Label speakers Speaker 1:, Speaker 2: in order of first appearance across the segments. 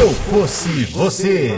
Speaker 1: eu fosse você.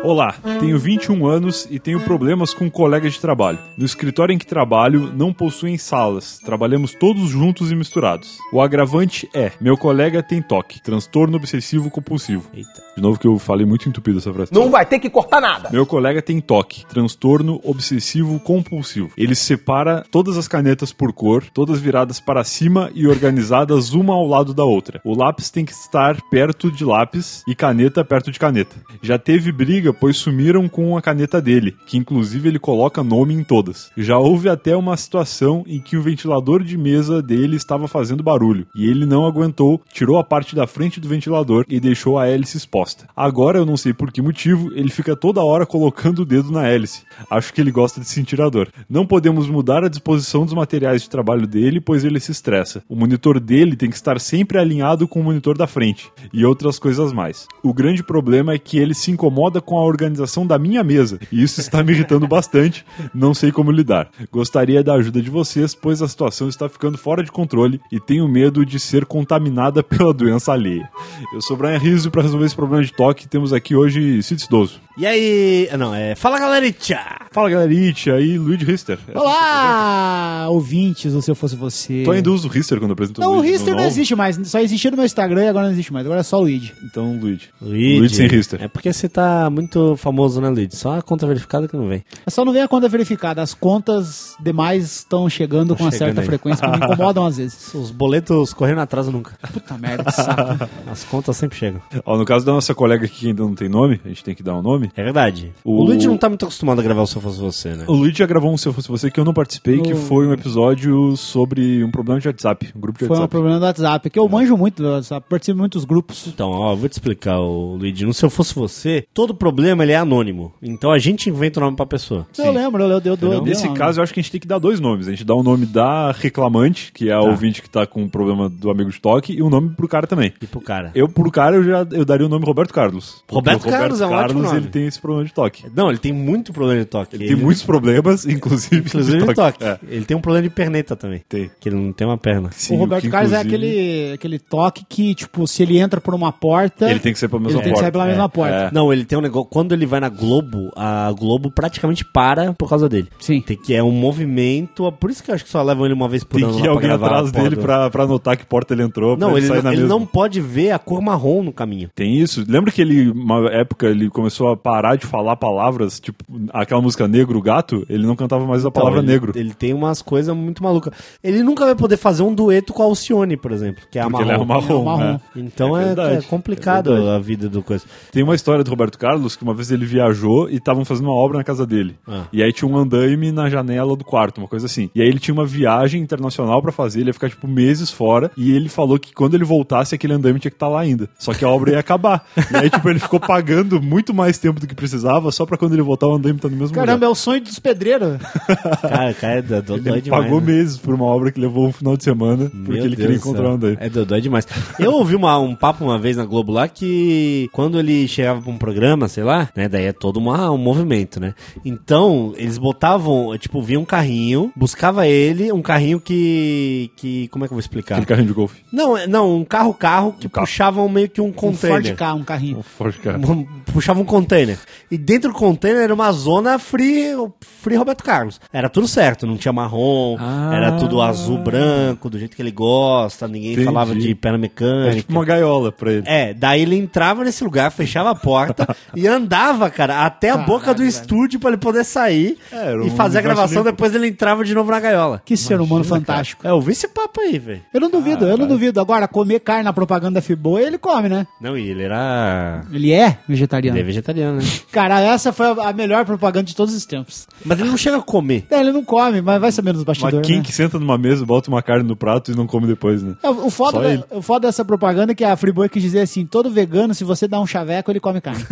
Speaker 2: Olá, tenho 21 anos e tenho problemas com um colega de trabalho. No escritório em que trabalho não possuem salas, trabalhamos todos juntos e misturados. O agravante é: meu colega tem toque, transtorno obsessivo compulsivo. Eita. De novo que eu falei muito entupido essa frase.
Speaker 3: Não vai ter que cortar nada.
Speaker 2: Meu colega tem toque, transtorno obsessivo compulsivo. Ele separa todas as canetas por cor, todas viradas para cima e organizadas uma ao lado da outra. O lápis tem que estar perto de lápis e caneta perto de caneta. Já teve briga pois sumiram com a caneta dele, que inclusive ele coloca nome em todas. Já houve até uma situação em que o ventilador de mesa dele estava fazendo barulho e ele não aguentou, tirou a parte da frente do ventilador e deixou a hélice exposta. Agora eu não sei por que motivo ele fica toda hora colocando o dedo na hélice. Acho que ele gosta de sentir a dor. Não podemos mudar a disposição dos materiais de trabalho dele, pois ele se estressa. O monitor dele tem que estar sempre alinhado com o monitor da frente e outras coisas mais. O grande problema é que ele se incomoda com a organização da minha mesa. E isso está me irritando bastante. Não sei como lidar. Gostaria da ajuda de vocês, pois a situação está ficando fora de controle e tenho medo de ser contaminada pela doença alheia. Eu sou Brian Rizzo para resolver esse problema de toque. Temos aqui hoje Cid Idoso.
Speaker 4: E aí. Não, é. Fala galerinha!
Speaker 2: Fala galerite, aí Luiz Rister.
Speaker 5: Olá, ouvintes, ou se eu fosse você.
Speaker 2: Tu ainda usa o Rister quando apresenta
Speaker 5: Não,
Speaker 2: o
Speaker 5: o
Speaker 2: Luigi no
Speaker 5: Rister não
Speaker 2: novo?
Speaker 5: existe mais. Só existia no meu Instagram e agora não existe mais. Agora é só o Luigi.
Speaker 2: Então, Luigi.
Speaker 4: Luigi.
Speaker 2: Luigi sem Rister.
Speaker 4: É porque você tá muito famoso, né, Luigi? Só a conta verificada que não vem.
Speaker 5: É só não ver a conta verificada. As contas demais estão chegando
Speaker 2: Tá
Speaker 5: com uma
Speaker 4: chegando
Speaker 5: certa
Speaker 4: aí.
Speaker 5: frequência que me incomodam às vezes.
Speaker 4: Os boletos correndo atrás nunca.
Speaker 5: Puta merda, que saco.
Speaker 4: As contas sempre chegam.
Speaker 2: Ó, no caso da nossa colega aqui que ainda não tem nome, a gente tem que dar um nome.
Speaker 4: É verdade. O,
Speaker 2: O-
Speaker 4: Luigi não tá muito acostumado a gravar o Se Eu Fosse Você, né?
Speaker 2: O Luigi já gravou um Se Eu Fosse Você que eu não participei, que foi um episódio sobre um problema de WhatsApp, um grupo de
Speaker 5: Foi um
Speaker 2: WhatsApp.
Speaker 5: problema do WhatsApp,
Speaker 2: Tá.
Speaker 5: que eu manjo muito do WhatsApp, participo de muitos grupos.
Speaker 4: Então, ó, eu vou te explicar, o Luigi. No Se Eu Fosse Você, todo problema ele é anônimo. Então a gente inventa o nome pra pessoa.
Speaker 5: Eu lembro, eu, eu, eu, eu, eu
Speaker 2: Nesse
Speaker 5: eu-
Speaker 2: caso, eu acho que a gente tem que dar dois nomes. A gente dá o nome da reclamante, que é a ouvinte que tá com o problema do amigo de toque, e o nome pro cara também.
Speaker 4: E pro cara.
Speaker 2: Eu, pro cara, eu já eu daria o nome Roberto Carlos. Porque
Speaker 4: Roberto
Speaker 2: o
Speaker 4: Carlos é um ótimo nome.
Speaker 2: ele tem esse problema de toque.
Speaker 4: Não, ele tem muito problema de toque.
Speaker 2: Ele tem muitos problemas, inclusive.
Speaker 4: Inclusive
Speaker 2: de
Speaker 4: de toque.
Speaker 2: É,
Speaker 4: Ele tem um problema de perneta também.
Speaker 2: tem.
Speaker 4: Que ele não tem uma perna.
Speaker 2: Sim,
Speaker 5: o Roberto
Speaker 2: que,
Speaker 5: Carlos é
Speaker 2: inclusive,
Speaker 5: aquele, aquele toque que, tipo, se ele entra por uma porta,
Speaker 2: Ele tem que ser pela
Speaker 5: ele
Speaker 2: mesma
Speaker 5: tem que sair pela
Speaker 2: porta.
Speaker 4: É,
Speaker 5: mesma porta.
Speaker 4: Não, ele tem um negócio. Quando ele vai na Globo, a Globo praticamente para por causa dele.
Speaker 5: Sim.
Speaker 4: Tem que é um movimento. Por isso que eu acho que só levam ele uma vez por
Speaker 2: Tem
Speaker 4: ano.
Speaker 2: que ir
Speaker 4: lá
Speaker 2: alguém
Speaker 4: gravar
Speaker 2: atrás
Speaker 4: a porra
Speaker 2: dele
Speaker 4: do-
Speaker 2: pra, pra anotar que porta ele entrou, pra
Speaker 4: Não, ele,
Speaker 2: sair
Speaker 4: não,
Speaker 2: na
Speaker 4: ele
Speaker 2: mesma.
Speaker 4: não pode ver a cor marrom no caminho.
Speaker 2: Tem isso. Lembra que ele, uma época, ele começou a parar de falar palavras, tipo, aquela música negro gato, ele não cantava mais a palavra
Speaker 4: Então, ele-
Speaker 2: negro.
Speaker 4: Ele tem umas coisas muito malucas. Ele nunca vai poder fazer um dueto com a Alcione, por exemplo, que é a
Speaker 2: Porque
Speaker 4: marrom.
Speaker 2: ele é marrom,
Speaker 5: É marrom.
Speaker 2: né?
Speaker 4: Então
Speaker 2: É
Speaker 4: é,
Speaker 2: verdade,
Speaker 4: é complicado
Speaker 2: é verdade.
Speaker 4: a vida do coisa.
Speaker 2: Tem uma história do Roberto Carlos que uma vez ele viajou e estavam fazendo uma obra na casa dele.
Speaker 4: Ah.
Speaker 2: E aí tinha um andaime na janela do quarto, uma coisa assim. E aí ele tinha uma viagem internacional pra fazer, ele ia ficar tipo meses fora. E ele falou que quando ele voltasse, aquele andaime tinha que estar lá ainda. Só que a obra ia acabar. e aí, tipo, ele ficou pagando muito mais tempo do que precisava, só pra quando ele voltar, o andaime tá no mesmo lugar.
Speaker 5: Caramba, é o sonho dos pedreiros.
Speaker 4: Cara, cara é do, do,
Speaker 2: Ele
Speaker 4: doido demais,
Speaker 2: pagou
Speaker 4: né?
Speaker 2: meses por uma obra que levou um final de semana, porque
Speaker 4: Meu Deus
Speaker 2: ele queria
Speaker 4: do céu.
Speaker 2: encontrar um daí.
Speaker 4: É dodói demais. Eu ouvi uma- um papo uma vez na Globo lá que quando ele chegava pra um programa, sei lá, né? Daí é todo uma- um movimento, né? Então, eles botavam, tipo, via um carrinho, buscava ele, um carrinho que. que como é que eu vou explicar?
Speaker 2: Aquele carrinho de golfe.
Speaker 4: Não, é- não, um carro-carro que
Speaker 2: carro.
Speaker 4: puxavam meio que um
Speaker 5: Um Ford
Speaker 4: container.
Speaker 5: K, um carrinho.
Speaker 2: Forte, cara.
Speaker 4: Um- puxava um container. E dentro do container era uma zona free, free Roberto Carlos. Era tudo certo, não tinha marrom,
Speaker 2: Ah.
Speaker 4: era tudo azul branco, do jeito que ele gosta, ninguém
Speaker 2: Entendi.
Speaker 4: falava de perna
Speaker 2: É
Speaker 4: mecânica.
Speaker 2: tipo uma gaiola pra ele.
Speaker 4: É, daí ele entrava nesse lugar, fechava a porta e andava, cara, até a boca do estúdio pra ele poder sair
Speaker 2: É, era
Speaker 4: e
Speaker 2: um
Speaker 4: fazer a
Speaker 2: universo
Speaker 4: gravação.
Speaker 2: limpo.
Speaker 4: Depois ele entrava de novo na gaiola.
Speaker 5: Que ser humano fantástico.
Speaker 4: É, eu vi esse papo aí, velho.
Speaker 5: Eu não duvido, eu não duvido. Agora, comer carne na propaganda Fiboa, ele come, né?
Speaker 4: Não, e ele era.
Speaker 5: Ele é vegetariano.
Speaker 4: Ele é vegetariano, né?
Speaker 5: Cara, essa foi a a melhor propaganda de todos os tempos.
Speaker 4: Mas ele não chega a comer.
Speaker 5: É, ele não come, mas vai saber nos
Speaker 2: Mas
Speaker 4: é,
Speaker 5: bastidores,
Speaker 2: quem
Speaker 5: né?
Speaker 2: que senta numa mesa, bota uma carne no prato e não come depois, né?
Speaker 5: É, O foda,
Speaker 2: Só ele.
Speaker 5: da- o foda dessa propaganda é que a Friboi quis dizer assim: todo vegano, se você dá um chaveco, ele come carne.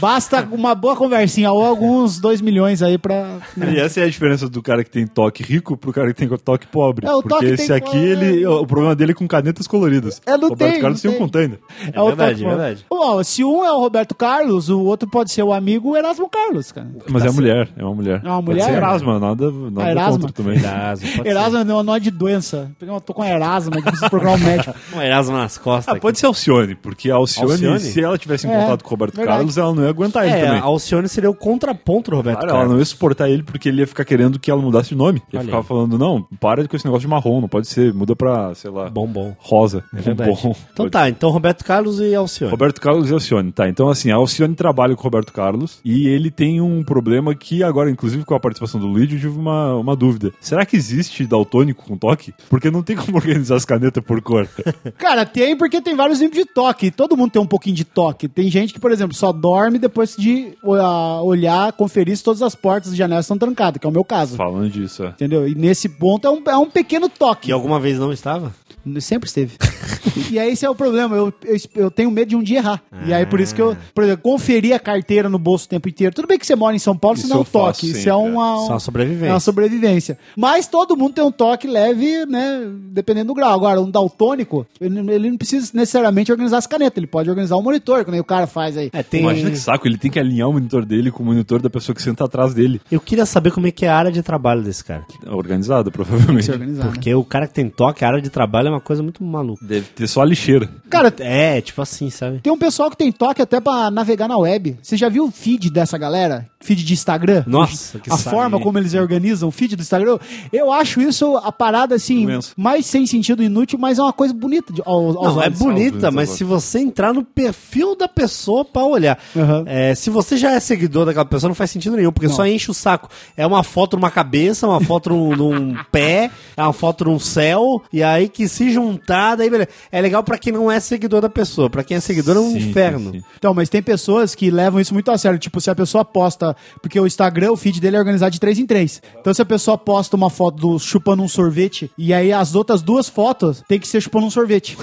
Speaker 5: Basta uma boa conversinha, ou alguns dois milhões aí pra. né?
Speaker 2: E essa é a diferença do cara que tem toque rico pro cara que tem toque pobre.
Speaker 5: É, o
Speaker 2: Porque
Speaker 5: toque
Speaker 2: esse
Speaker 5: tem-
Speaker 2: aqui, ele, o problema dele é com canetas coloridas.
Speaker 5: É, não
Speaker 2: Roberto
Speaker 5: tem,
Speaker 2: Carlos tem
Speaker 5: não
Speaker 2: um
Speaker 5: tem.
Speaker 2: container.
Speaker 4: É verdade,
Speaker 5: toque-
Speaker 4: é verdade.
Speaker 5: Ó, se um é o Roberto Carlos, o outro pode ser o amigo Erasmo Carlos, cara.
Speaker 2: Mas é mulher, é uma mulher.
Speaker 5: É uma
Speaker 2: Pode
Speaker 5: mulher? Ah,
Speaker 2: ser Erasma, nada, nada
Speaker 5: Erasma.
Speaker 2: contra também.
Speaker 4: Erasmo, pode
Speaker 5: Erasmo é um nó de doença. Eu tô com Erasmo, eu preciso procurar um médico.
Speaker 4: ser. Um Erasmo nas costas.
Speaker 2: Ah,
Speaker 4: aqui.
Speaker 2: pode ser Alcione, porque a Alcione,
Speaker 4: Alcione?
Speaker 2: se ela tivesse em
Speaker 5: É,
Speaker 2: contato com o Roberto
Speaker 5: verdade.
Speaker 2: Carlos, ela não ia aguentar ele
Speaker 4: É,
Speaker 2: também.
Speaker 4: a Alcione seria o contraponto do Roberto
Speaker 2: Cara, ela
Speaker 4: Carlos.
Speaker 2: não ia suportar ele porque ele ia ficar querendo que ela mudasse de nome. Ele
Speaker 4: Olha
Speaker 2: ficava
Speaker 4: aí.
Speaker 2: falando, não, para com esse negócio de marrom, não pode ser, muda pra, sei lá,
Speaker 4: Bombom.
Speaker 2: rosa.
Speaker 4: Verdade.
Speaker 2: Bombom.
Speaker 4: Então tá, então Roberto Carlos e Alcione.
Speaker 2: Roberto Carlos e Alcione, tá? Então, assim, a Alcione trabalha com o Roberto Carlos e ele tem um problema que agora, inclusive com a participação do Lídio, eu tive uma, uma dúvida. Será que existe daltônico com toque? Porque não tem como organizar as canetas por cor.
Speaker 5: Cara, tem porque tem vários tipos de toque. Todo mundo tem um pouquinho de toque. Tem gente que, por exemplo, só dorme depois de ah, olhar, conferir se todas as portas e janelas estão trancadas, que é o meu caso.
Speaker 2: Falando disso, é.
Speaker 5: Entendeu? E nesse ponto é um, é um pequeno toque.
Speaker 4: Que alguma vez não estava?
Speaker 5: Sempre esteve. e aí esse é o problema. Eu, eu, eu tenho medo de um dia errar. E aí por isso que eu, por exemplo, conferi a carteira no bolso o tempo inteiro. Tudo bem que você mora em São Paulo,
Speaker 2: Isso
Speaker 5: isso, não é
Speaker 2: eu
Speaker 5: um
Speaker 2: faço
Speaker 5: toque. Isso é
Speaker 2: sempre,
Speaker 5: uma,
Speaker 4: Só
Speaker 5: um-
Speaker 4: a sobrevivência.
Speaker 5: é uma sobrevivência. Mas todo mundo tem um toque leve, né? Dependendo do grau. Agora, um daltônico, ele ele não precisa necessariamente organizar as canetas. Ele pode organizar o monitor, que nem o cara faz aí.
Speaker 4: É, tem...
Speaker 2: Imagina que saco, ele tem que alinhar o monitor dele com o monitor da pessoa que senta atrás dele.
Speaker 4: Eu queria saber como é que é a área de trabalho desse cara.
Speaker 2: Organizado, provavelmente.
Speaker 5: Se organizar, né?
Speaker 4: Porque o cara que tem toque, a área de trabalho é uma coisa muito maluca.
Speaker 2: Deve ter só a lixeira.
Speaker 5: né? Cara,
Speaker 4: É, tipo assim, sabe?
Speaker 5: tem um pessoal que tem toque até pra navegar na web. Você já viu o feed dessa galera? Feed de Instagram?
Speaker 4: Nossa, que
Speaker 5: a
Speaker 4: saco.
Speaker 5: forma como eles organizam o feed do Instagram. Eu acho isso a parada assim,
Speaker 2: Imenso.
Speaker 5: mais sem sentido inútil, mas é uma coisa bonita de, aos, aos
Speaker 4: Não, é
Speaker 5: olhos.
Speaker 4: bonita,
Speaker 2: Salve,
Speaker 4: mas
Speaker 2: salve.
Speaker 4: se você entrar no perfil da pessoa pra olhar,
Speaker 5: Aham.
Speaker 4: é, se você já é seguidor daquela pessoa, não faz sentido nenhum, porque só enche o saco. É uma foto numa cabeça, uma foto num, num pé, é uma foto num céu, e aí que se juntar, daí beleza. É legal pra quem não é seguidor da pessoa, pra quem é seguidor é um
Speaker 2: Sim, sim,
Speaker 4: inferno.
Speaker 2: sim.
Speaker 5: Então, mas tem pessoas que levam isso muito a sério. Tipo, se a pessoa posta. Porque o Instagram, o feed dele é organizado de três em três. Então, se a pessoa posta uma foto do chupando um sorvete, e aí as outras duas fotos tem que ser chupando um sorvete.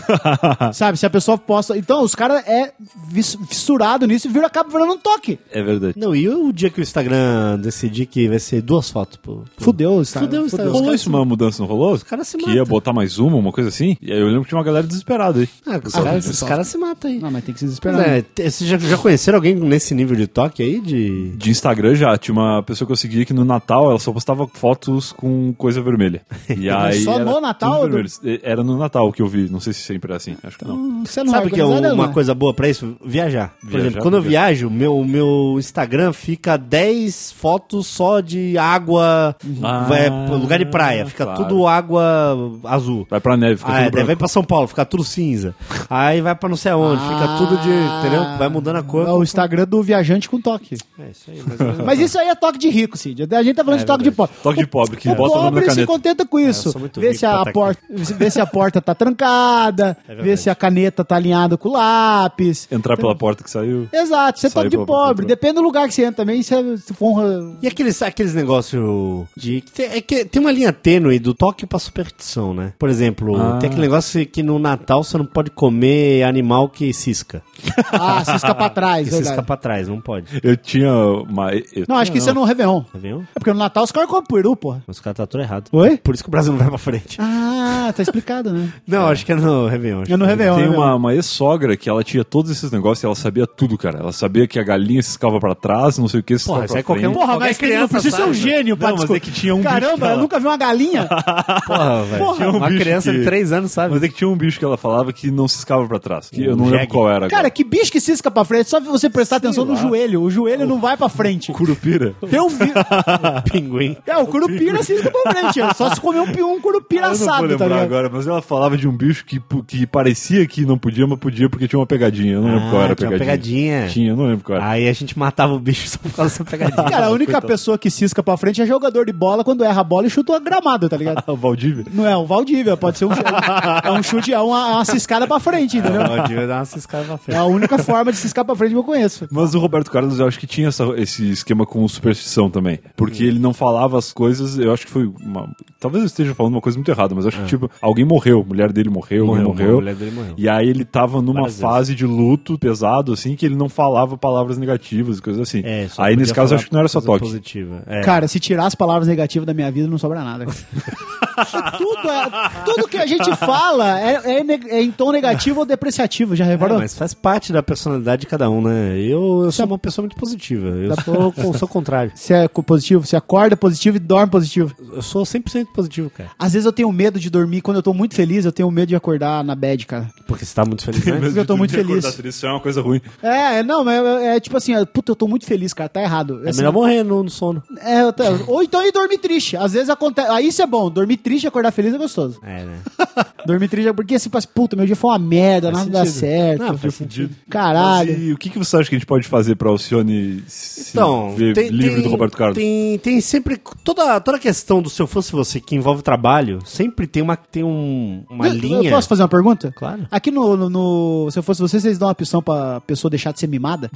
Speaker 5: Sabe? Se a pessoa posta. Então, os caras é vis- fissurado nisso e vira, acaba virando um toque.
Speaker 2: É verdade.
Speaker 4: Não, e o dia que o Instagram decidir que vai ser duas fotos por. por-
Speaker 5: Fudeu, o Instagram.
Speaker 4: Fudeu o Instagram.
Speaker 2: rolou
Speaker 4: caras
Speaker 2: isso, uma mudança, não rolou? Os
Speaker 4: caras se
Speaker 2: Que
Speaker 4: matam.
Speaker 2: ia botar mais uma, uma coisa assim. E aí eu lembro que tinha uma galera desesperada aí.
Speaker 4: Ah, os
Speaker 5: Ah,
Speaker 4: caras
Speaker 5: esse
Speaker 4: os
Speaker 5: só-
Speaker 4: caras se matam aí.
Speaker 5: Não, mas tem que se
Speaker 4: Pois
Speaker 5: desesperar. né?
Speaker 4: é, te- vocês já, já conheceram alguém nesse nível de toque aí? De.
Speaker 2: De Instagram já, tinha uma pessoa que eu seguia que no Natal ela só postava fotos com coisa vermelha. E aí
Speaker 5: só
Speaker 2: era
Speaker 5: no Natal,
Speaker 2: tudo
Speaker 5: Edu? Então-
Speaker 2: vermelho. E- Era no Natal que eu vi, não sei se sempre é assim, acho que não.
Speaker 5: Você não
Speaker 4: Sabe o que é
Speaker 5: organizado,
Speaker 4: uma
Speaker 5: né?
Speaker 4: coisa boa pra isso? Viajar. Por
Speaker 2: Viajar,
Speaker 4: exemplo, quando eu
Speaker 2: porque-
Speaker 4: viajo, meu, o meu Instagram fica 10 fotos só de água,
Speaker 5: Uhum.
Speaker 2: Ah,
Speaker 4: vai- lugar de praia. Fica
Speaker 2: claro.
Speaker 4: tudo água azul.
Speaker 2: Vai pra neve, fica
Speaker 4: Ah, é,
Speaker 2: tudo
Speaker 4: daí
Speaker 2: branco.
Speaker 4: vai pra São Paulo, fica tudo cinza. Aí vai pra não sei aonde, fica tudo de. Entendeu? Vai mudando a cor.
Speaker 5: É Ah. o Instagram do viajante com toque.
Speaker 4: É isso aí, mais ou menos.
Speaker 5: Mas isso aí é toque de rico, Cid. A gente tá falando de toque de pobre.
Speaker 2: Toque de pobre, que
Speaker 5: o
Speaker 2: bota o nome na
Speaker 5: pobre se
Speaker 2: caneta.
Speaker 5: contenta com
Speaker 4: É, eu
Speaker 5: isso.
Speaker 4: sou muito
Speaker 5: vê,
Speaker 4: rico
Speaker 5: se
Speaker 4: pra
Speaker 5: a
Speaker 4: tá aqui. É
Speaker 5: porta, vê se a porta tá trancada, vê
Speaker 4: verdade.
Speaker 5: se a caneta tá alinhada com o lápis.
Speaker 2: Entrar pela porta que saiu.
Speaker 5: Exato, você é
Speaker 2: Saiu
Speaker 5: toque de
Speaker 2: pela
Speaker 5: pobre.
Speaker 2: porta.
Speaker 5: Depende do lugar que você entra também. Se, se for um...
Speaker 4: E aqueles, aqueles negócios de. tem- É que tem uma linha tênue do toque pra superstição, né? Por exemplo,
Speaker 2: Ah.
Speaker 4: tem aquele negócio que no Natal você não pode comer animal que cisca.
Speaker 5: Ah, cisca pra
Speaker 4: Que
Speaker 5: trás. verdade.
Speaker 4: cisca pra trás, não pode.
Speaker 2: Eu tinha uma. eu-
Speaker 5: Não, acho que isso é no Réveillon.
Speaker 4: Tá vendo?
Speaker 5: É porque no Natal os caras comem peru, porra.
Speaker 4: Os caras tá tudo errado.
Speaker 5: Oi?
Speaker 4: Por isso que o Brasil não vai pra frente.
Speaker 5: Ah, tá explicado, né?
Speaker 4: Não, acho que é no Réveillon. acho
Speaker 5: É no
Speaker 4: que-
Speaker 5: Réveillon.
Speaker 2: Tem
Speaker 5: né,
Speaker 2: uma, uma ex-sogra que ela tinha todos esses negócios e ela sabia tudo, cara. Ela sabia que a galinha se escava pra trás, não sei o que, se
Speaker 4: Porra,
Speaker 2: escava
Speaker 4: isso
Speaker 2: pra
Speaker 4: é qualquer
Speaker 2: frente.
Speaker 4: um.
Speaker 5: Porra, mas
Speaker 4: Qualquer
Speaker 5: criança
Speaker 4: criança
Speaker 5: precisa ser um
Speaker 4: sabe, né?
Speaker 5: gênio pra
Speaker 2: Não, mas
Speaker 5: descobrir.
Speaker 2: é que tinha um bicho
Speaker 5: Caramba,
Speaker 2: lá.
Speaker 5: eu nunca vi uma galinha.
Speaker 4: Porra, um velho.
Speaker 5: Porra.
Speaker 4: Uma
Speaker 2: bicho
Speaker 4: criança
Speaker 2: que-
Speaker 4: de 3 anos sabe.
Speaker 2: Mas é que tinha um bicho que ela falava que não se escava pra trás. Que eu não
Speaker 4: Um
Speaker 2: lembro
Speaker 4: jegue.
Speaker 2: qual era.
Speaker 5: Cara,
Speaker 2: agora.
Speaker 5: que bicho que cisca pra frente. Só você prestar atenção no joelho. O joelho não vai pra frente.
Speaker 2: Curupira.
Speaker 5: Tem um vi-
Speaker 4: pinguim.
Speaker 5: É, o curupira cisca pra frente. ó. Só se comer um, pi- um curupira
Speaker 2: Ah, Eu não vou
Speaker 5: assado, tá
Speaker 2: lembrar
Speaker 5: ligado?
Speaker 2: agora, mas ela falava de um bicho que, pu- que parecia que não podia, mas podia porque tinha uma pegadinha. Eu não lembro
Speaker 4: Ah,
Speaker 2: qual era a
Speaker 4: tinha uma
Speaker 2: pegadinha.
Speaker 4: pegadinha. Ah.
Speaker 2: Tinha, eu não lembro qual era.
Speaker 4: Aí a gente matava o bicho só por causa dessa pegadinha.
Speaker 5: Cara, a única pessoa que cisca pra frente é jogador de bola quando erra a bola e chuta o gramado, tá ligado?
Speaker 2: o Valdívia.
Speaker 5: Não é o Valdívia, pode ser um, é um chute, é uma, uma ciscada pra frente,
Speaker 2: Ah,
Speaker 5: entendeu?
Speaker 4: Não, devia dar uma ciscada pra
Speaker 5: É
Speaker 4: frente.
Speaker 5: a única forma de ciscar pra frente que eu conheço.
Speaker 2: Mas o Roberto Carlos, eu acho que tinha essa- esse esquema com superstição também.
Speaker 4: Hum.
Speaker 2: Porque ele não falava as coisas, eu acho que foi uma... Talvez eu esteja falando uma coisa muito errada, mas eu acho que, tipo, alguém morreu, a mulher dele morreu, alguém
Speaker 4: Ah. Morreu,
Speaker 2: morreu.
Speaker 4: a mulher dele morreu.
Speaker 2: E aí ele tava numa
Speaker 4: Várias vezes.
Speaker 2: fase de luto pesado, assim, que ele não falava palavras negativas e coisas assim.
Speaker 4: É, só
Speaker 2: aí
Speaker 4: podia
Speaker 2: nesse caso, eu
Speaker 4: falar
Speaker 2: acho que não era só
Speaker 4: coisa
Speaker 2: toque.
Speaker 4: Positiva. É.
Speaker 5: Cara, se tirar as palavras negativas da minha vida, não sobra nada. Tudo, é- tudo que a gente fala é, é neg- é em tom negativo ou depreciativo, já reparou?
Speaker 4: É, mas faz parte da personalidade de cada um, né? Eu, eu sou uma pessoa muito positiva. Eu sou, eu sou o contrário.
Speaker 5: Você é co- positivo, você acorda positivo e dorme positivo.
Speaker 4: Eu sou 100% positivo, cara.
Speaker 5: Às vezes eu tenho medo de dormir, quando eu tô muito feliz, eu tenho medo de acordar na bad, cara.
Speaker 4: Porque você tá muito feliz, né?
Speaker 5: eu tô
Speaker 2: de-
Speaker 5: muito
Speaker 2: de acordar
Speaker 5: feliz.
Speaker 2: Triste, isso é uma coisa ruim.
Speaker 5: É, não, mas é, é tipo assim, é, puta, eu tô muito feliz, cara, tá errado.
Speaker 4: É
Speaker 5: Assim,
Speaker 4: melhor morrer no, no sono.
Speaker 5: é, eu tô- ou então ir dormir triste. Às vezes acontece. Aí isso é bom, dormir triste e acordar feliz é gostoso.
Speaker 4: É, né?
Speaker 5: Dormir triste é porque assim, faz, puta, meu dia foi uma merda,
Speaker 4: Faz
Speaker 5: nada dá
Speaker 4: sentido.
Speaker 5: certo.
Speaker 4: Não, faz sentido.
Speaker 5: Caralho.
Speaker 2: Mas e o que, que você acha que a gente pode fazer pra Alcione se
Speaker 4: Então,
Speaker 2: ver
Speaker 4: tem,
Speaker 2: livre
Speaker 4: tem-
Speaker 2: do Roberto Carlos?
Speaker 4: Tem, tem sempre. Toda, toda questão do Se Eu Fosse Você que envolve trabalho, sempre tem uma, tem um, uma
Speaker 5: Eu-
Speaker 4: linha.
Speaker 5: Eu posso fazer uma pergunta?
Speaker 4: Claro.
Speaker 5: Aqui no, no- no- Se eu fosse você, vocês dão uma opção pra pessoa deixar de ser mimada?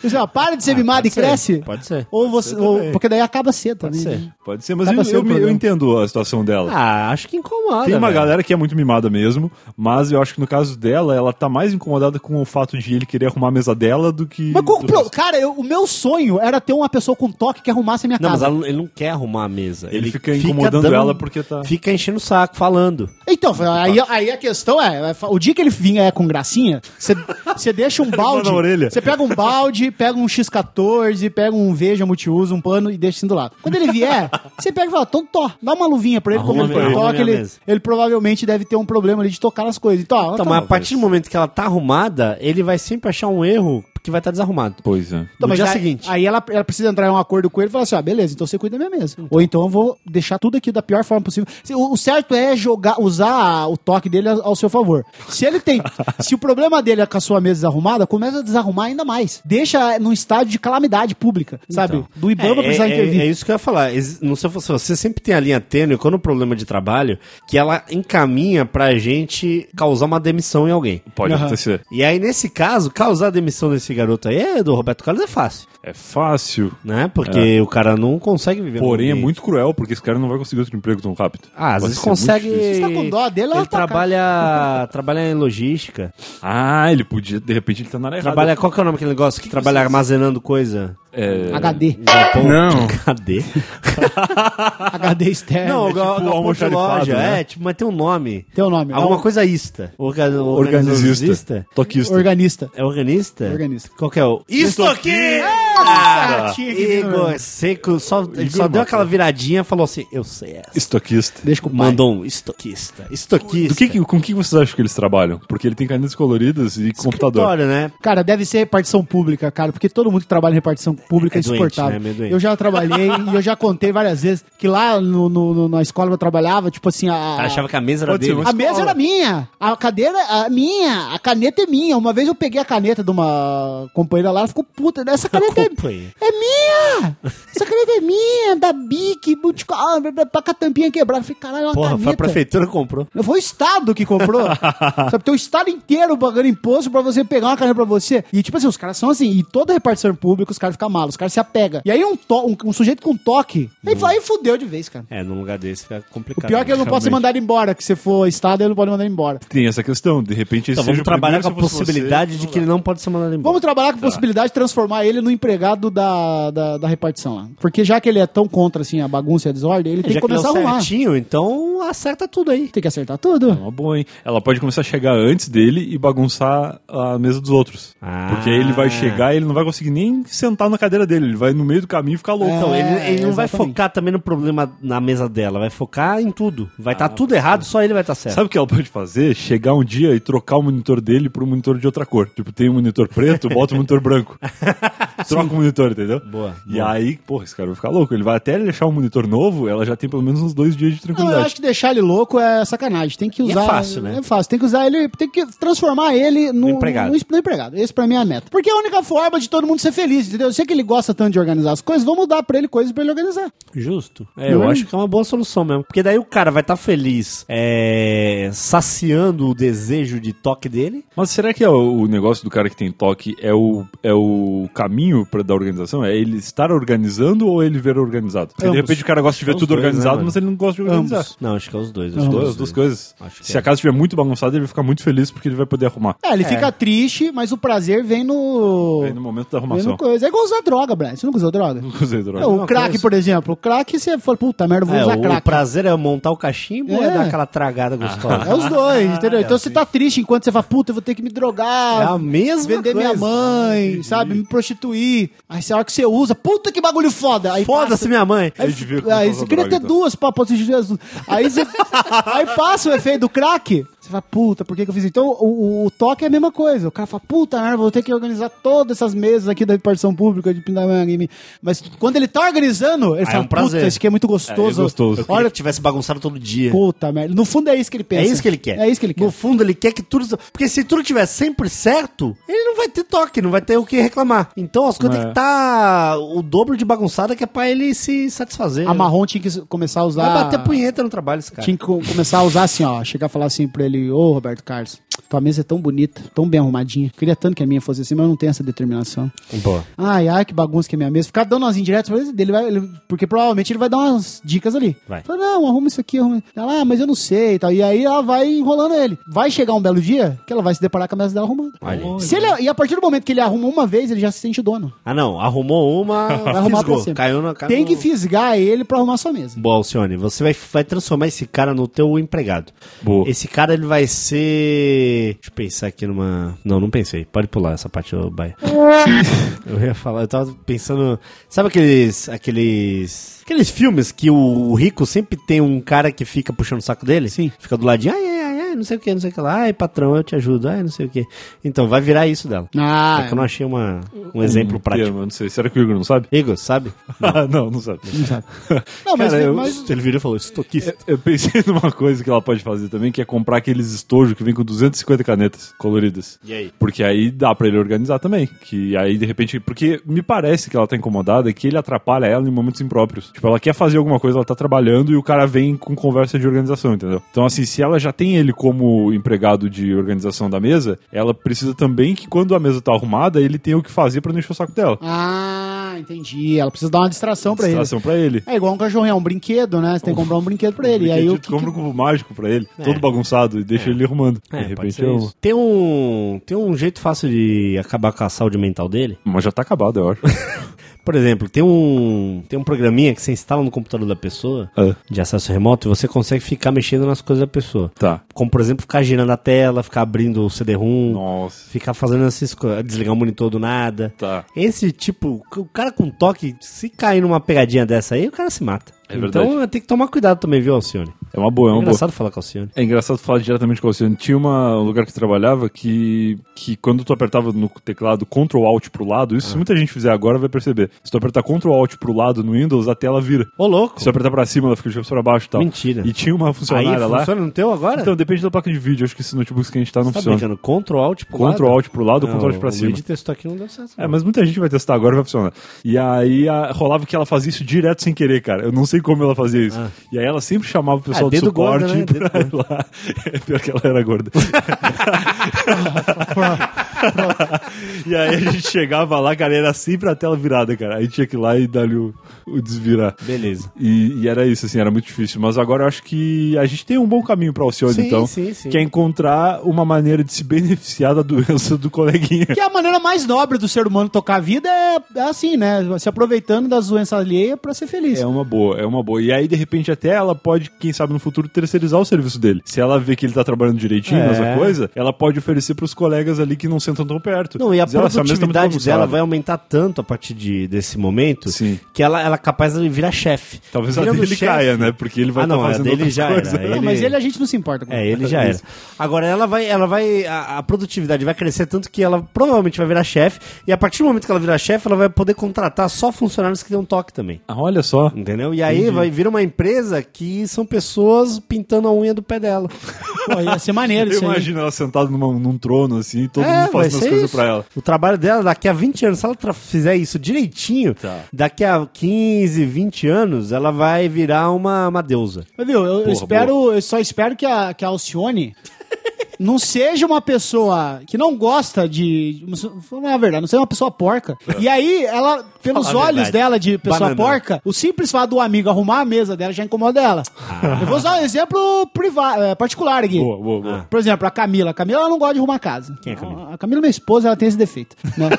Speaker 5: Vocês falam, para de ser mimada e
Speaker 4: Ah, pode ser,
Speaker 5: cresce?
Speaker 4: pode ser.
Speaker 5: Ou você.
Speaker 2: ser
Speaker 5: ou-
Speaker 2: também.
Speaker 5: porque daí acaba cedo também.
Speaker 4: Pode ser.
Speaker 5: né?
Speaker 2: Pode ser, mas
Speaker 5: Tá
Speaker 2: eu,
Speaker 5: pra ser o
Speaker 2: eu me- eu
Speaker 5: programa.
Speaker 2: entendo a situação dela.
Speaker 4: Ah, acho que incomoda.
Speaker 2: Tem uma
Speaker 4: velho.
Speaker 2: galera que é muito mimada mesmo, mas eu acho que no caso dela, ela tá mais incomodada com o fato de ele querer arrumar a mesa dela do que.
Speaker 5: Mas
Speaker 2: do-
Speaker 5: como- pro- cara, eu- o meu sonho era ter uma pessoa com toque que arrumasse a minha
Speaker 4: Não, mas
Speaker 5: casa.
Speaker 4: ela não- ele não quer arrumar a mesa.
Speaker 2: Ele fica incomodando ela porque tá-
Speaker 4: Fica enchendo o saco, falando.
Speaker 5: Então,
Speaker 4: Tá.
Speaker 5: aí, aí a questão é, o dia que ele vinha é com gracinha, você- você deixa um balde,
Speaker 2: na orelha.
Speaker 5: você pega um balde, pega um X14, pega um Veja multiuso, um pano e deixa assim do lado. Quando ele vier, você pega e fala, então tó, dá uma luvinha pra ele,
Speaker 4: Arruma
Speaker 5: como ele
Speaker 4: minha- arruma
Speaker 5: toca,
Speaker 4: minha
Speaker 5: ele,
Speaker 4: mesa.
Speaker 5: ele provavelmente deve ter um problema ali de tocar nas coisas. Então, ó,
Speaker 4: Então,
Speaker 5: tá
Speaker 4: mas a
Speaker 5: bom.
Speaker 4: partir do momento que ela tá arrumada, ele vai sempre achar um erro que vai estar desarrumado.
Speaker 2: Pois é.
Speaker 5: Então,
Speaker 4: no
Speaker 5: mas
Speaker 4: dia
Speaker 5: aí-
Speaker 4: seguinte.
Speaker 5: Aí ela, ela precisa entrar em um acordo com ele e falar assim: ah, beleza, então você cuida da minha mesa. Ou então eu vou deixar tudo aqui da pior forma possível. Se- O, o certo é jogar, usar o toque dele ao, ao seu favor. Se ele tem. se o problema dele é com a sua mesa desarrumada, começa a desarrumar ainda mais. Deixa num estádio de calamidade pública, sabe?
Speaker 4: Então.
Speaker 5: Do Ibama
Speaker 4: é,
Speaker 5: precisar
Speaker 4: é,
Speaker 5: intervir.
Speaker 4: É, isso que eu ia falar. Ex- Não sei se fosse você, sempre tem a linha tênue quando o problema é de trabalho que ela encaminha pra gente causar uma demissão em alguém.
Speaker 2: Pode
Speaker 5: Aham.
Speaker 2: acontecer.
Speaker 4: E aí, nesse caso, causar a demissão desse garoto aí, é, do Roberto Carlos, é fácil,
Speaker 2: É fácil.
Speaker 4: né? Porque o cara não consegue viver.
Speaker 2: É. Porém, é
Speaker 4: num ambiente.
Speaker 2: muito cruel, porque esse cara não vai conseguir outro emprego tão rápido.
Speaker 4: Ah, às
Speaker 2: Vai
Speaker 4: vezes
Speaker 2: ser muito
Speaker 4: consegue.
Speaker 2: difícil.
Speaker 5: Você tá com dó dele, ela
Speaker 4: ele
Speaker 5: tá, cara. Tá
Speaker 4: trabalha, trabalha em logística.
Speaker 2: Ah, ele podia, de repente, ele tá na área errada.
Speaker 4: Trabalha, qual que é o nome daquele negócio que trabalha armazenando coisa?
Speaker 2: É,
Speaker 5: HD.
Speaker 4: Galpão?
Speaker 1: Não.
Speaker 4: Cadê?
Speaker 5: HD externo.
Speaker 4: Não, o gal-
Speaker 2: tipo
Speaker 4: galpão de
Speaker 2: almoxarifado,
Speaker 4: loja.
Speaker 2: né?
Speaker 4: É, tipo, mas tem um nome.
Speaker 5: Tem um nome.
Speaker 4: Alguma
Speaker 5: é um
Speaker 4: coisa ista. Orga-
Speaker 2: organizista. Toquista.
Speaker 5: Organista.
Speaker 4: É organista?
Speaker 5: Organista.
Speaker 4: Qual que é o... Isto aqui! Ah,
Speaker 5: tinha que-
Speaker 4: Igor Seco só, ele só
Speaker 2: Igor
Speaker 4: deu
Speaker 2: Mota.
Speaker 4: aquela viradinha e falou assim, eu sei essa.
Speaker 2: Estoquista.
Speaker 5: Deixa com o pai.
Speaker 4: Mandou um estoquista. Estoquista.
Speaker 2: Do que, que- com que vocês acham que eles trabalham? Porque ele tem canetas coloridas e computador.
Speaker 4: Escritório, né?
Speaker 5: Cara, deve ser repartição pública, cara, porque todo mundo que trabalha em repartição pública é,
Speaker 4: É doente,
Speaker 5: insuportável.
Speaker 4: né? É meio doente.
Speaker 5: eu já trabalhei e eu já contei várias vezes que lá no, no- no- na escola que eu trabalhava, tipo assim, a.
Speaker 4: Ela achava que a mesa era
Speaker 2: Ah. Pode ser,
Speaker 4: dele.
Speaker 2: mas-
Speaker 5: A mesa era minha, a cadeira é minha, a caneta é minha. Uma vez eu peguei a caneta de uma companheira lá, ela ficou puta. Essa caneta é,
Speaker 4: Companheira.
Speaker 5: é minha! Essa caneta é minha, da Bic, Butico, ah, blá, blá, blá, com a tampinha quebrada. Eu falei, caralho, é uma
Speaker 4: Porra, foi
Speaker 5: caneta.
Speaker 4: a prefeitura que comprou.
Speaker 5: Foi o Estado que comprou. Sabe, tem o Estado inteiro pagando imposto pra você pegar uma carreira pra você. E, tipo assim, os caras são assim, e toda repartição pública, os caras ficam malos, os caras se apegam. E aí um, to- um, um sujeito com toque, aí vai e fudeu de vez, cara.
Speaker 4: É, num lugar desse fica
Speaker 5: O
Speaker 4: complicado. né?
Speaker 5: pior é que ele não pode ser
Speaker 2: realmente.
Speaker 5: mandado embora, que se for Estado, ele não pode mandar embora.
Speaker 2: Tem essa questão. De repente, esse
Speaker 4: Então
Speaker 2: seja
Speaker 4: vamos
Speaker 2: o
Speaker 4: trabalhar
Speaker 2: primeiro,
Speaker 4: com a
Speaker 2: se fosse você-
Speaker 4: possibilidade de que ele não pode ser mandado embora.
Speaker 5: Vamos
Speaker 4: Tá.
Speaker 5: trabalhar com a possibilidade de transformar ele no empregado da, da, da repartição lá. Porque já que ele é tão contra, assim, a bagunça e a desordem, ele tem que
Speaker 4: É, Já que deu
Speaker 5: começar a arrumar.
Speaker 4: certinho, então acerta tudo aí.
Speaker 5: Tem que acertar tudo.
Speaker 2: é Uma boa, hein? Ela pode começar a chegar antes dele e bagunçar a mesa dos outros.
Speaker 4: Ah.
Speaker 2: Porque aí ele vai chegar e ele não vai conseguir nem sentar na cadeira dele. Ele vai no meio do caminho e ficar louco.
Speaker 4: Então, ele, ele não vai
Speaker 5: exatamente.
Speaker 4: focar também no problema na mesa dela, vai focar em tudo. Vai estar tudo errado, só ele vai estar certo.
Speaker 2: É. Sabe o que ela pode fazer? Chegar um dia e trocar o monitor dele pro monitor de outra cor. Tipo, tem um monitor preto, bota o monitor branco. Troca o monitor, entendeu?
Speaker 4: Boa,
Speaker 2: E
Speaker 4: boa.
Speaker 2: aí, porra, esse cara vai ficar louco. Ele vai até ele deixar um monitor novo, ela já tem pelo menos uns dois dias de
Speaker 5: Não, eu acho
Speaker 2: tranquilidade.
Speaker 5: que deixar ele louco é sacanagem. Tem que
Speaker 4: é
Speaker 5: usar.
Speaker 4: fácil, né?
Speaker 5: É fácil. Tem que usar ele. Tem que transformar ele no,
Speaker 4: No empregado.
Speaker 5: no es- no empregado. Esse pra mim é a meta. Porque é a única forma de todo mundo ser feliz, entendeu? Eu sei que ele gosta tanto de organizar as coisas, vamos dar pra ele coisas pra ele organizar.
Speaker 4: Justo. É, eu
Speaker 5: Não é?
Speaker 4: acho que é uma boa solução mesmo. Porque daí o cara vai estar feliz, é, saciando o desejo de toque dele.
Speaker 2: Mas será que é o o negócio do cara que tem toque é o, é o caminho caminho pra, da organização? É ele estar organizando ou ele ver organizado? Porque de
Speaker 5: Ambos.
Speaker 2: repente o cara gosta de ver
Speaker 4: Os
Speaker 2: tudo
Speaker 4: dois, né,
Speaker 2: organizado,
Speaker 4: mano?
Speaker 2: mas ele não gosta de organizar.
Speaker 5: Ambos.
Speaker 4: Não, acho que é os dois.
Speaker 2: As
Speaker 4: Os
Speaker 2: duas, as duas coisas.
Speaker 4: Acho que
Speaker 2: Se
Speaker 4: é.
Speaker 2: a casa estiver muito bagunçada, ele vai ficar muito feliz porque ele vai poder arrumar.
Speaker 5: É, ele fica triste, mas o prazer vem no.
Speaker 2: Aí no momento da
Speaker 5: vem
Speaker 2: arrumação.
Speaker 5: no coisa. É igual usar droga, Brian. Você nunca usou droga?
Speaker 2: Nunca usei droga.
Speaker 5: É, o crack, por exemplo. O crack, você fala, puta merda, eu vou
Speaker 4: É,
Speaker 5: usar
Speaker 4: o
Speaker 5: crack.
Speaker 4: prazer é montar o cachimbo ou
Speaker 5: É.
Speaker 4: é dar aquela tragada gostosa?
Speaker 5: É os dois, entendeu? então você tá triste enquanto você fala, puta, eu vou ter que me drogar.
Speaker 4: Ah, assim. É a mesma
Speaker 5: Vender minha
Speaker 4: coisa.
Speaker 5: mãe, sabe? Me prostituir. Aí você a hora que você usa, puta que bagulho foda. Aí
Speaker 4: Foda-se
Speaker 5: passa-
Speaker 4: minha mãe!
Speaker 2: Eu
Speaker 5: Aí,
Speaker 2: devia
Speaker 5: aí
Speaker 2: comprar
Speaker 5: você
Speaker 2: uma
Speaker 5: queria
Speaker 2: droga,
Speaker 5: ter
Speaker 2: então.
Speaker 5: duas pra prostituir as duas. Aí você. aí passa o efeito do crack. Você fala, puta, por que, que eu fiz isso? Então o, o- o toque é a mesma coisa. O cara fala, puta merda, vou ter que organizar todas essas mesas aqui da repartição pública de Pindamonhangame. Mas quando ele tá organizando, ele
Speaker 4: é
Speaker 5: fala,
Speaker 4: um prazer.
Speaker 5: puta, isso aqui é muito gostoso.
Speaker 2: É, é gostoso.
Speaker 4: Eu queria
Speaker 5: Olha,
Speaker 4: que tivesse bagunçado todo dia.
Speaker 5: puta merda. No fundo é isso que ele pensa.
Speaker 4: É isso que ele quer.
Speaker 5: É isso que ele quer.
Speaker 4: No fundo, ele quer que tudo. Porque se tudo tiver sempre certo, ele não vai ter toque, não vai ter o que reclamar. Então as coisas
Speaker 2: É.
Speaker 4: têm que estar o dobro de bagunçada que é pra ele se satisfazer.
Speaker 5: A Marrom tinha que começar a usar.
Speaker 4: É. Vai bater punheta no trabalho, esse cara.
Speaker 5: Tinha que co- começar a usar assim, ó. Chegar a falar assim pra ele, ô Roberto Carlos, tua mesa é tão bonita, tão bem arrumadinha. Queria tanto que a minha fosse assim, mas eu não tenho essa determinação.
Speaker 4: Boa.
Speaker 5: Ai, ai, que bagunça que é minha mesa. Ficar dando umas indiretas pra ele, ele vai, ele- porque provavelmente ele vai dar umas dicas ali.
Speaker 4: Vai.
Speaker 5: Fala, não, arruma isso aqui, arruma. Ela, ah, mas eu não sei e tal. E aí ela vai enrolando ele. Vai chegar um belo dia que ela vai se deparar com a mesa dela arrumando.
Speaker 4: Olha aí.
Speaker 5: Se ele- e a partir do momento que ele arruma uma vez, ele já se sente dono.
Speaker 4: Ah, não. Arrumou uma,
Speaker 5: Vai arrumar pra
Speaker 4: fisgou.
Speaker 5: sempre.
Speaker 4: Caiu na cara.
Speaker 5: Tem que fisgar ele pra arrumar a sua mesa.
Speaker 4: Boa, Alcione, você vai, vai transformar esse cara no teu empregado.
Speaker 2: Boa.
Speaker 4: Esse cara, ele vai ser... Deixa eu pensar aqui numa... Não, não pensei. Pode pular essa parte do baia. eu ia falar, eu tava pensando... Sabe aqueles... Aqueles aqueles filmes que o rico sempre tem um cara que fica puxando o saco dele? Sim. Fica do ladinho, ai, ai, ai, ai, não sei o que, não sei o que lá. Ai, patrão, eu te ajudo, ai, não sei o que. Então, vai virar isso dela.
Speaker 5: Ah,
Speaker 4: Só É que eu não achei uma, um exemplo
Speaker 2: Eu
Speaker 4: prático.
Speaker 2: Hum, não sei. Será que o Igor não sabe?
Speaker 4: Igor, sabe?
Speaker 2: Não, não, sabe.
Speaker 5: não, mas,
Speaker 2: Cara, eu-
Speaker 5: mas
Speaker 4: Ele virou e falou, estoquista.
Speaker 2: Eu pensei numa coisa que ela pode fazer também, que é comprar aqueles estojos que vem com 250 canetas coloridas.
Speaker 4: E aí?
Speaker 2: Porque aí dá pra ele organizar também. Que aí, de repente. Porque me parece que ela tá incomodada que ele atrapalha ela em momentos impróprios. Tipo, ela quer fazer alguma coisa, ela tá trabalhando e o cara vem com conversa de organização, entendeu? Então, assim, se ela já tem ele como empregado de organização da mesa, ela precisa também que quando a mesa tá arrumada, ele tenha o que fazer pra não encher o saco dela.
Speaker 5: Ah, entendi. Ela precisa dar uma distração pra ele.
Speaker 2: Distração pra ele.
Speaker 5: É igual um cachorrinho, é um brinquedo, né? Você tem que comprar um brinquedo pra ele. E aí o
Speaker 2: Acredito,
Speaker 5: que...
Speaker 2: compra um cubo mágico pra ele, todo bagunçado, e deixa ele arrumando.
Speaker 4: É,
Speaker 2: de
Speaker 4: pode
Speaker 2: repente
Speaker 4: ser
Speaker 2: é um-
Speaker 4: isso. Tem um, tem um jeito fácil de acabar com a saúde mental dele.
Speaker 2: Mas já tá acabado, eu acho.
Speaker 4: Por exemplo, tem um, tem um programinha que você instala no computador da pessoa,
Speaker 2: Ah.
Speaker 4: de acesso remoto, e você consegue ficar mexendo nas coisas da pessoa.
Speaker 2: tá.
Speaker 4: Como, por exemplo, ficar girando a tela, ficar abrindo o CD-ROM,
Speaker 2: Nossa.
Speaker 4: ficar fazendo essas coisas, desligar o monitor do nada.
Speaker 2: Tá.
Speaker 4: Esse tipo, o cara com toque, se cair numa pegadinha dessa aí, o cara se mata.
Speaker 2: É verdade.
Speaker 4: Então tem que tomar cuidado também, viu, Alcione?
Speaker 2: É uma boa, é
Speaker 4: É
Speaker 2: uma boa.
Speaker 4: engraçado falar com a Alcione.
Speaker 2: É engraçado falar diretamente com o Alcione. Tinha uma- um lugar que eu trabalhava que, que quando tu apertava no teclado Ctrl Alt pro lado, isso se muita gente fizer agora vai perceber. Se tu apertar Ctrl Alt pro lado no Windows, a tela vira.
Speaker 4: Ô, louco!
Speaker 2: Se tu apertar pra cima, ela fica de cabeça pra baixo e tal.
Speaker 4: Mentira.
Speaker 2: Então, E tinha uma
Speaker 4: Aí
Speaker 2: funcionária lá.
Speaker 4: funciona no teu agora?
Speaker 2: Então, depende da placa de vídeo. Acho que esses notebooks que a gente tá não
Speaker 4: Você tá
Speaker 2: funciona.
Speaker 4: brincando? Ctrl Alt pro lado?
Speaker 2: Ctrl Alt pro lado,
Speaker 4: Não,
Speaker 2: Ctrl Alt pra
Speaker 4: o
Speaker 2: cima.
Speaker 4: vídeo testou aqui não deu certo.
Speaker 2: É, mas muita gente vai testar agora e vai funcionar. E aí a- rolava que ela fazia isso direto sem querer, cara. Eu não sei como ela fazia isso. E aí ela sempre chamava o pessoal do
Speaker 4: Ah. dedo
Speaker 2: suporte
Speaker 4: gordo, né? Dedo
Speaker 2: pra ir lá. É, Pior que ela era gorda. e aí a gente chegava lá, cara, e era sempre a tela virada, cara. Aí tinha que ir lá e dar-lhe o, o desvirar.
Speaker 4: Beleza.
Speaker 2: E, e era isso, assim, era muito difícil. Mas agora eu acho que a gente tem um bom caminho pra Alcione,
Speaker 4: Sim,
Speaker 2: então.
Speaker 4: sim, sim.
Speaker 2: Que é encontrar uma maneira de se beneficiar da doença do coleguinha.
Speaker 5: que é a maneira mais nobre do ser humano tocar a vida é, é assim, né? Se aproveitando das doenças alheias pra ser feliz.
Speaker 2: É uma boa, é uma boa. E aí, de repente, até ela pode, quem sabe no futuro, terceirizar o serviço dele. Se ela vê que ele tá trabalhando direitinho
Speaker 4: É.
Speaker 2: nessa coisa, ela pode oferecer pros colegas ali que não sentam tão perto.
Speaker 4: Não, e a
Speaker 2: Dizer, "Ó, essa mesa tá muito
Speaker 4: produtividade dela vai
Speaker 2: bagunçada."
Speaker 4: aumentar tanto a partir de- desse momento
Speaker 2: Sim.
Speaker 4: que ela, ela é capaz de virar chefe.
Speaker 2: Talvez a
Speaker 4: Virando
Speaker 2: dele
Speaker 4: chefe-
Speaker 2: caia, né? Porque ele vai
Speaker 4: Ah,
Speaker 2: estar
Speaker 4: não, a
Speaker 2: fazendo
Speaker 4: dele
Speaker 2: outras
Speaker 4: já
Speaker 2: coisas.
Speaker 4: era.
Speaker 5: Não,
Speaker 4: ele-
Speaker 5: mas ele a gente não se importa com
Speaker 4: É, ele já era. Agora ela vai, ela vai, a, a produtividade vai crescer tanto que ela provavelmente vai virar chefe e a partir do momento que ela virar chefe, ela vai poder contratar só funcionários que dão toque também.
Speaker 2: Ah, olha só.
Speaker 4: Entendeu? E aí vai vir uma empresa que são pessoas pintando a unha do pé dela.
Speaker 5: Pô, ia ser maneiro
Speaker 2: Eu
Speaker 5: isso aí.
Speaker 2: imagino ela sentada numa- num trono, assim, e todo mundo
Speaker 4: É, vai
Speaker 2: fazendo as
Speaker 4: ser
Speaker 2: coisas
Speaker 4: isso.
Speaker 2: pra ela.
Speaker 4: O trabalho dela, daqui a 20 anos, se ela tra- fizer isso direitinho, daqui a 15, 20 anos, ela vai virar uma, uma deusa.
Speaker 5: Mas, viu, eu, eu
Speaker 2: Porra,
Speaker 5: espero, eu só espero que a, que a Alcione Não seja uma pessoa que não gosta de. Não é a verdade, não seja uma pessoa porca. E aí, ela, pelos
Speaker 4: Fala a
Speaker 5: olhos
Speaker 4: verdade.
Speaker 5: dela de pessoa
Speaker 4: Banana.
Speaker 5: porca, o simples fato do amigo arrumar a mesa dela já incomoda ela. Eu vou usar um exemplo privado, é, particular aqui. Ah.
Speaker 2: Boa, boa,
Speaker 4: Ah.
Speaker 2: boa.
Speaker 5: Por exemplo, a Camila. A Camila ela não gosta de arrumar casa. Quem é a Camila? A Camila, minha esposa, ela tem esse defeito. né?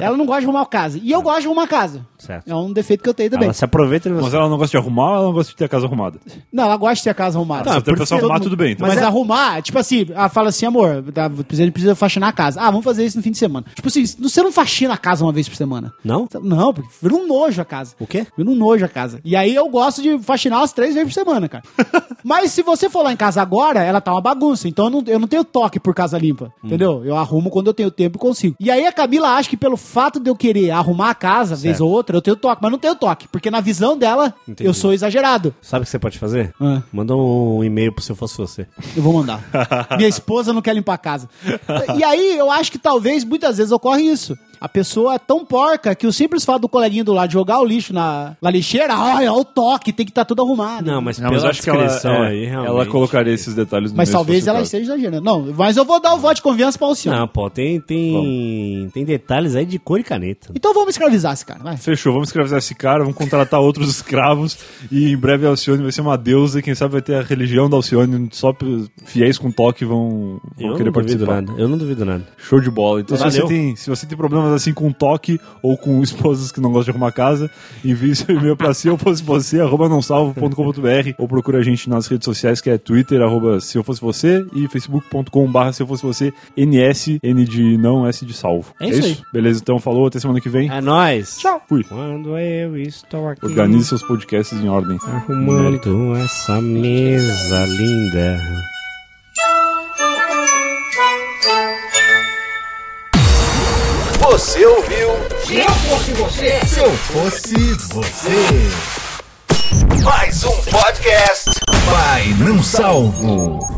Speaker 5: ela não gosta de arrumar casa. E eu gosto de arrumar casa.
Speaker 4: Certo.
Speaker 5: É um defeito que eu tenho também.
Speaker 4: Ela se aproveita e
Speaker 2: Mas ela não gosta de arrumar ou ela não gosta de ter a casa arrumada?
Speaker 5: Não, ela gosta de ter a casa arrumada.
Speaker 2: Tá, se tem
Speaker 5: Por
Speaker 2: pessoa
Speaker 5: isso
Speaker 2: arrumar,
Speaker 5: todo
Speaker 2: tudo bem, é- tudo
Speaker 5: mas
Speaker 2: bem.
Speaker 5: arrumar, tipo assim, ela fala assim, amor, tá, precisa, precisa faxinar a casa. Ah, vamos fazer isso no fim de semana. Tipo assim, você não faxina a casa uma vez por semana.
Speaker 4: Não?
Speaker 5: Não, porque vira um nojo a casa.
Speaker 4: O quê?
Speaker 5: Vira um nojo a casa. E aí eu gosto de faxinar as três vezes por semana, cara. Mas se você for lá em casa agora, ela tá uma bagunça. Então eu não, eu não tenho toque por casa limpa,
Speaker 2: Hum.
Speaker 5: entendeu? Eu arrumo quando eu tenho tempo e consigo. E aí a Camila acha que pelo fato de eu querer arrumar a casa, vez ou outra, eu tenho toque. Mas não tenho toque, porque na visão dela,
Speaker 4: Entendi.
Speaker 5: eu sou exagerado.
Speaker 4: Sabe o que você pode fazer?
Speaker 2: É.
Speaker 5: Ah.
Speaker 4: Manda um e-mail pro se eu fosse você.
Speaker 5: Eu vou mandar. Minha esposa não quer limpar a casa. E aí, eu acho que talvez, muitas vezes, ocorre isso. A pessoa é tão porca que o simples fato do coleguinha do lado jogar o lixo na, na lixeira, olha, olha o toque, tem que estar tudo arrumado.
Speaker 4: Não, mas
Speaker 2: Não,
Speaker 4: pela
Speaker 2: mas acho que ela,
Speaker 4: descrição
Speaker 2: é,
Speaker 4: aí, realmente.
Speaker 2: ela colocaria esses detalhes no
Speaker 5: Mas
Speaker 2: meio, se
Speaker 5: talvez
Speaker 2: fosse o
Speaker 5: ela
Speaker 2: caso.
Speaker 5: esteja exagerando. Não, mas eu vou dar o voto de confiança para o senhor.
Speaker 4: Não, pô, tem, tem, tem detalhes aí de cor e caneta.
Speaker 5: Então vamos escravizar esse cara, vai.
Speaker 2: Fechou, vamos escravizar esse cara, vamos contratar outros escravos e em breve a Alcione vai ser uma deusa e quem sabe vai ter a religião da Alcione, só p- fiéis com toque vão, vão
Speaker 4: Eu não duvido
Speaker 2: querer participar.
Speaker 4: nada. Eu não duvido nada.
Speaker 2: Show de bola. Então, se
Speaker 4: Valeu.
Speaker 2: você, tem, se você tem problemas assim com toque ou com esposas que não gostam de arrumar casa, envie seu e-mail pra se eu fosse você, arroba não salvo.com.br ou procura a gente nas redes sociais que é Twitter, arroba se eu fosse você e facebook.com.br se eu fosse você, NS, N de não, S de salvo.
Speaker 5: É isso aí.
Speaker 2: Beleza, então falou, até semana que vem.
Speaker 4: É nóis.
Speaker 5: Tchau.
Speaker 2: Fui.
Speaker 4: Quando eu estou aqui
Speaker 2: Organize seus podcasts em ordem.
Speaker 4: É, arrumando essa mesa linda.
Speaker 1: Você ouviu?
Speaker 3: Se eu fosse você,
Speaker 1: Se eu fosse você. Mais um podcast. Vai, não salvo.